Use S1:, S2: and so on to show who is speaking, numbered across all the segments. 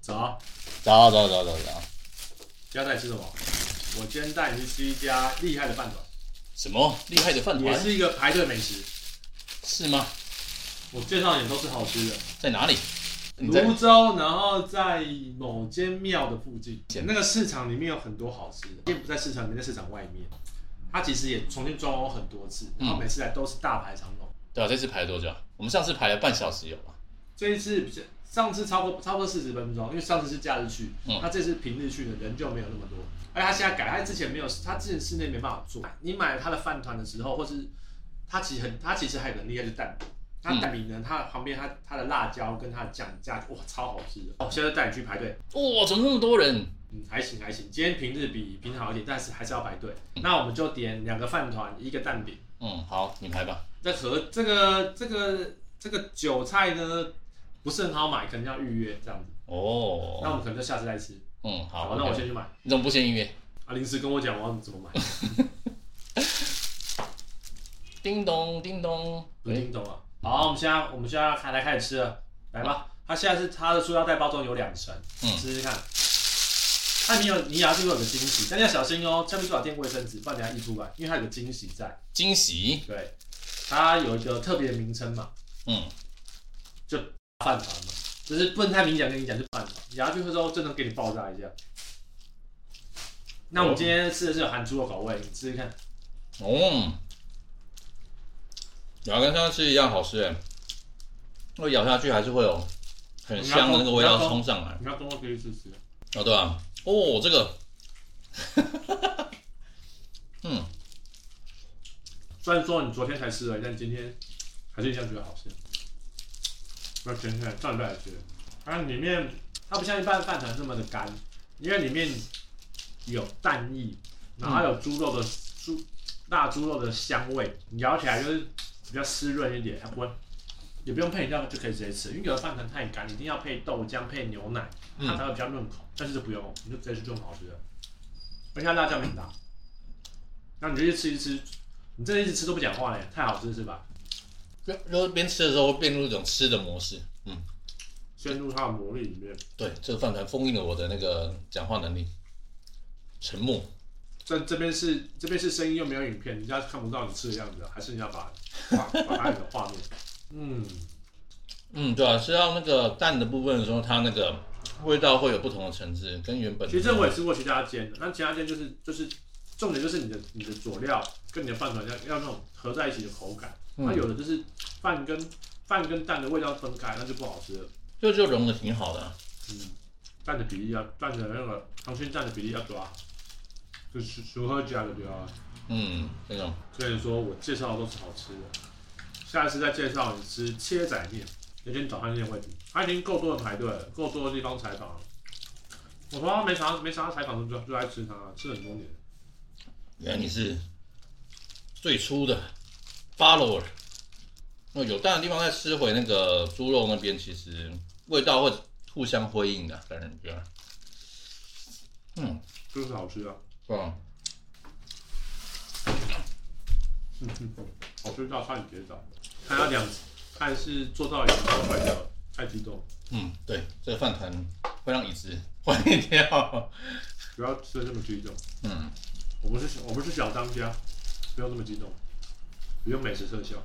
S1: 走啊，
S2: 走走走走走，
S1: 今天带你吃什么？我今天带你去吃一家厉害的饭馆，
S2: 什么厉害的饭
S1: 也
S2: 团
S1: 是一个排队美食。
S2: 是吗？
S1: 我介绍你都是好吃的，
S2: 在哪里？你在
S1: 泸州，然后在某间庙的附近
S2: 间，
S1: 那个市场里面有很多好吃的，店不在市场里面，在市场外面。它其实也重新装潢很多次，然后每次来都是大排长龙。
S2: 对啊，这次排了多久啊？我们上次排了半小时有啊吧？
S1: 这一次比较上次超过差不多四十分钟，因为上次是假日去
S2: 嗯，
S1: 他、这次平日去的人就没有那么多。而且他现在改，他之前没有，他之前室内没办法做。你买他的饭团的时候，或是他其实很，他其实还有很厉害，就是蛋饼。他蛋饼呢，它旁边它它的辣椒跟它的酱加，哇，超好吃的。我现在就带你去排队，
S2: 哇，怎么那么多人？
S1: 嗯，还行还行。今天平日比平常好一点，但是还是要排队。那我们就点两个饭团，一个蛋饼。
S2: 嗯，好，你排吧。
S1: 这和这个这个这个韭菜呢，不是很好买，可能要预约这样子。那我
S2: 哦，
S1: 们可能就下次再吃。
S2: 嗯，好，
S1: 好，那我
S2: OK
S1: 先去买。
S2: 你怎么不先预约？
S1: 啊，临时跟我讲我要怎 么买，
S2: 叮咚叮咚，
S1: 不
S2: 喂、
S1: 听懂啊。好，我们现在我们现在开来开始吃了，来吧。它现在是它的塑料袋包装有两层，
S2: 嗯
S1: 试试看。那你有你也要记住有个惊喜，但你要小心哦，下面最好垫卫生纸，不然等一下溢出来，因为它有个惊喜在。
S2: 惊喜，
S1: 对，它有一个特别的名称嘛，
S2: 嗯，
S1: 就饭团嘛，就是不能太明显跟你讲，就饭团，咬下去的时候真的给你爆炸一下。那我们今天吃的是有含猪肉口味，你试试看。
S2: 哦，咬跟上次一样好吃哎，我咬下去还是会有很香的那个味道冲上来。
S1: 你要跟我可以试试。
S2: 哦，对啊，哦，这个，嗯，
S1: 虽然说你昨天才吃了，但今天还是一样觉得好吃。不要前天上礼拜也吃的，它里面它不像一般的饭团这么的干，因为里面有蛋液，然后还有猪肉的猪大猪肉的香味，你咬起来就是比较湿润一点，它不会也不用配饮料就可以直接吃，因为有的饭团太干，你一定要配豆浆配牛奶，它
S2: 嗯
S1: 才会比较润口。但是这不用，你就直接吃就很好吃的，而且它辣椒没很大，那你就去吃一吃，你真的一直吃都不讲话嘞，太好吃了是吧？
S2: 就就是边吃的时候会变入一种吃的模式。嗯，
S1: 陷入它的魔力里面，
S2: 对，这个饭团封印了我的那个讲话能力，沉默。
S1: 这这边是这边是声音又没有影片，人家看不到你吃的样子，还是你要把把把它你的画面， 嗯，
S2: 嗯，对啊，吃到那个蛋的部分的时候，它那个味道会有不同的层次，跟原本的
S1: 其实这我也吃过其他间的，那其他间就是就是重点就是你的你的佐料跟你的饭团要要那种合在一起的口感，
S2: 嗯
S1: 它有的就是饭跟饭跟蛋的味道分开，那就不好吃了，
S2: 就就融的挺好的啊、
S1: 嗯，蛋的比例要蛋的那个糖心蛋的比例要抓，就是如何加的比较。
S2: 嗯，那种
S1: 所以说我介绍的都是好吃的。下一次再介绍你吃切仔面，那间早餐店会比，他已经够多人排队了，够多的地方采访了。我从来没啥没啥采访就就爱吃它，吃很多年。
S2: 原来你是最初的 follower。那有蛋的地方再吃回那个猪肉那边，其实味道会互相辉映的，感觉。嗯，
S1: 就是好吃啊，
S2: 对啊，
S1: 好吃到差点跌倒。看他两，看是做到一半坏掉了，太激动了，
S2: 嗯，对，这个饭团会让椅 子坏掉。
S1: 不要吃的这么激动。
S2: 嗯，
S1: 我们是我们是小当家，不要这么激动，不用美食特效。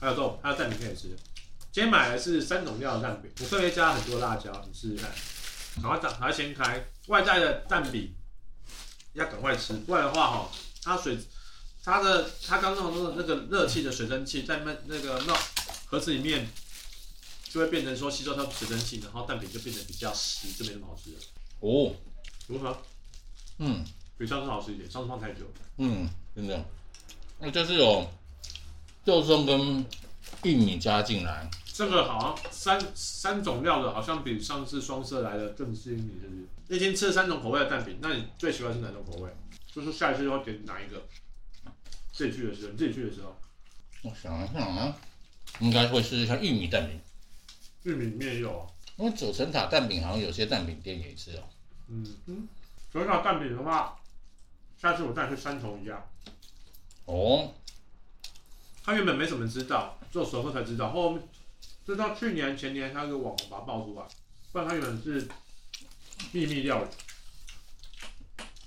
S1: 还有豆，还有蛋饼可以吃。今天买的是三种料的蛋饼，我特别加很多辣椒，你试试看。然后打，它先开外带的蛋饼，要赶快吃，不然的话哈，它水它的它刚弄的那个热气的水蒸气在那那个那盒子里面，就会变成说吸收它的水蒸气，然后蛋饼就变得比较湿，就没那么好吃了。
S2: 哦，
S1: 如何？
S2: 嗯
S1: 比上次好吃一点，上次放太久了。
S2: 嗯，真的，那就是有肉松跟玉米加进来。
S1: 这个好像三三种料的，好像比上次双色来的更吸引你，是不是？那天吃了三种口味的蛋饼，那你最喜欢是哪种口味？就是下一次要点哪一个？自己去的时候，你自己去的时候，
S2: 我想一想啊，应该会试试看玉米蛋饼，
S1: 玉米里面也有啊。
S2: 因为九层塔蛋饼好像有些蛋饼店也吃哦。
S1: 嗯嗯，手小蛋饼的话，下次我带你去三重一样。
S2: 哦，
S1: 他原本没什么人知道，只有熟客才知道。后就到去年前年，他有个网红把它爆出来，不然它原本是秘密料理。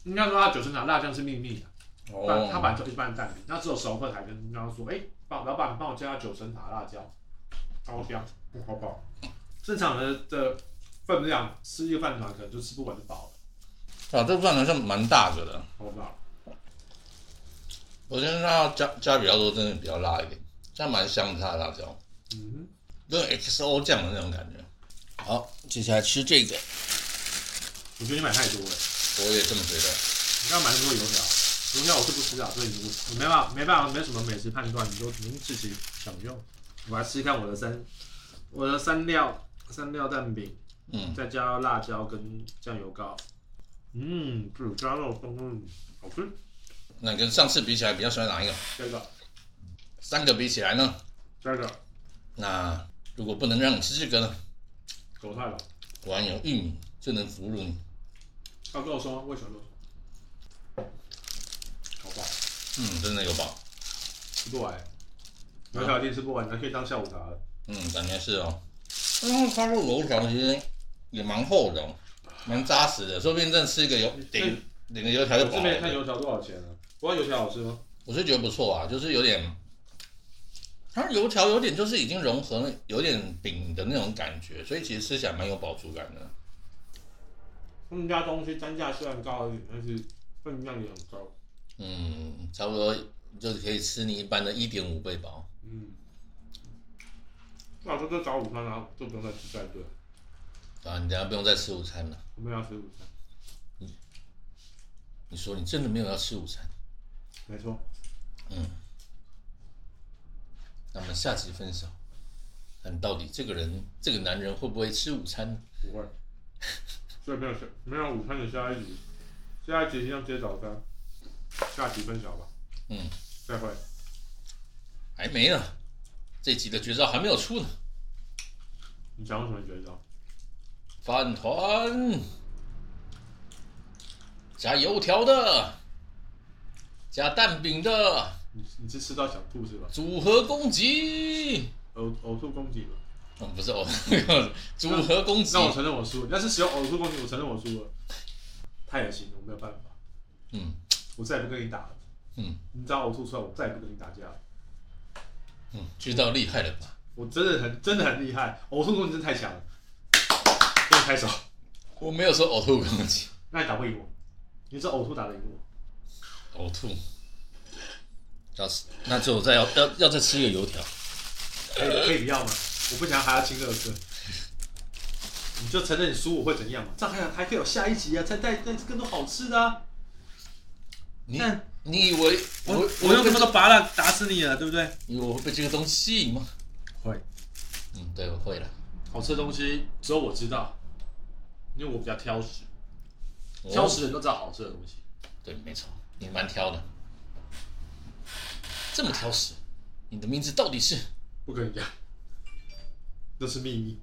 S1: 应该说它九层塔辣酱是秘密的，
S2: 哦
S1: 但它本来就一般蛋饼，那只有熟客才跟他说，哎、帮老板帮我加九层塔辣椒，他会标，不好饱。正常人的分量吃一个饭团可能就吃不完就饱了，
S2: 啊，这饭好像蛮大个的。
S1: 好不好？
S2: 我觉得它加加比较多，真的比较辣一点，但蛮香的它的辣椒，
S1: 嗯
S2: 有点 XO 酱的那种感觉。好，接下来吃这个，
S1: 哼，我觉得你买太多了，
S2: 我也这么觉得。
S1: 你刚买那么多油条，油条我是不吃啊，所以你我没办法没办法没什么美食判断，你都您自己享用。我来吃一看我的三我的三料三料蛋饼。
S2: 嗯，
S1: 再加辣椒跟酱油膏。嗯，这有加肉松，嗯，好吃。
S2: 那跟上次比起来，比较喜欢哪一个？
S1: 这个，
S2: 三个比起来呢？
S1: 这个
S2: 那如果不能让你吃这个呢？
S1: 狗太了，
S2: 果然有玉米就能俘虏你。
S1: 要肉松，啊我也喜欢肉松。好饱，
S2: 嗯，真的有饱。
S1: 吃不完欸。油条一定吃不完，还可以当下午茶了。
S2: 嗯，感觉是哦。嗯，它的油条其实也蛮厚的、哦，蛮扎实的，说不定真的吃一个油
S1: 对
S2: 顶顶个油条就
S1: 我
S2: 饱
S1: 这边看
S2: 了。
S1: 油条多少钱了，不知道油条好吃吗？
S2: 我是觉得不错啊，就是有点，它油条有点就是已经融合了，有点饼的那种感觉，所以其实吃起来蛮有饱足感的。
S1: 他们家东西单价虽然高一点，但是分量也很高。
S2: 嗯，差不多就是可以吃你一般的一点五倍饱。
S1: 嗯，那我说这早午餐啊，就不用再吃再顿，
S2: 啊，你等一下不用再吃午餐了。
S1: 我们要吃午餐。
S2: 你说你真的没有要吃午餐？
S1: 没错，
S2: 那我们下集分享，看到底这个人这个男人会不会吃午餐呢？
S1: 不会。所以没有下没有午餐的下一集，下一集一样接早餐，下集分享吧。
S2: 嗯，
S1: 再会。
S2: 还没呢，这集的绝招还没有出呢。
S1: 你想用什么绝招？
S2: 饭团加油条的，加蛋饼的
S1: 你你是吃到想吐是吧？
S2: 组合攻击，
S1: 呕呕吐攻击吧。
S2: 嗯，不是哦， 组合攻击
S1: 那，我承认我输了，要是使用呕吐攻击，我承认我输了。太恶心了，我没有办法，
S2: 嗯
S1: 我再也不跟你打了。
S2: 嗯
S1: 你只要呕吐出来，我再也不跟你打架了。
S2: 嗯，知道厉害了吧？
S1: 我真的很真的很厉害，呕吐攻击真的太强了，真的太爽。
S2: 我没有说呕吐攻击，
S1: 那你打不赢我，你是呕吐打得赢我。
S2: 呕吐，要吃，那就再要要要再吃一个油条。
S1: 可以可以不要吗？我不想还要亲热哥。你就承认你输我会怎样嘛？这样还还可以有下一集啊，再带带更多好吃的啊！
S2: 你
S1: 但
S2: 你以为我
S1: 我用这
S2: 会被
S1: 么多拔蜡打死你了，对不对？
S2: 你以为我会被这个东西吸引吗？
S1: 会，
S2: 嗯，对，我会了。
S1: 好吃的东西只有我知道，因为我比较挑食，挑食人都知道好吃的东西。
S2: 哦对，没错，你蛮挑的，这么挑食，你的名字到底是？
S1: 不跟你讲，这是秘密。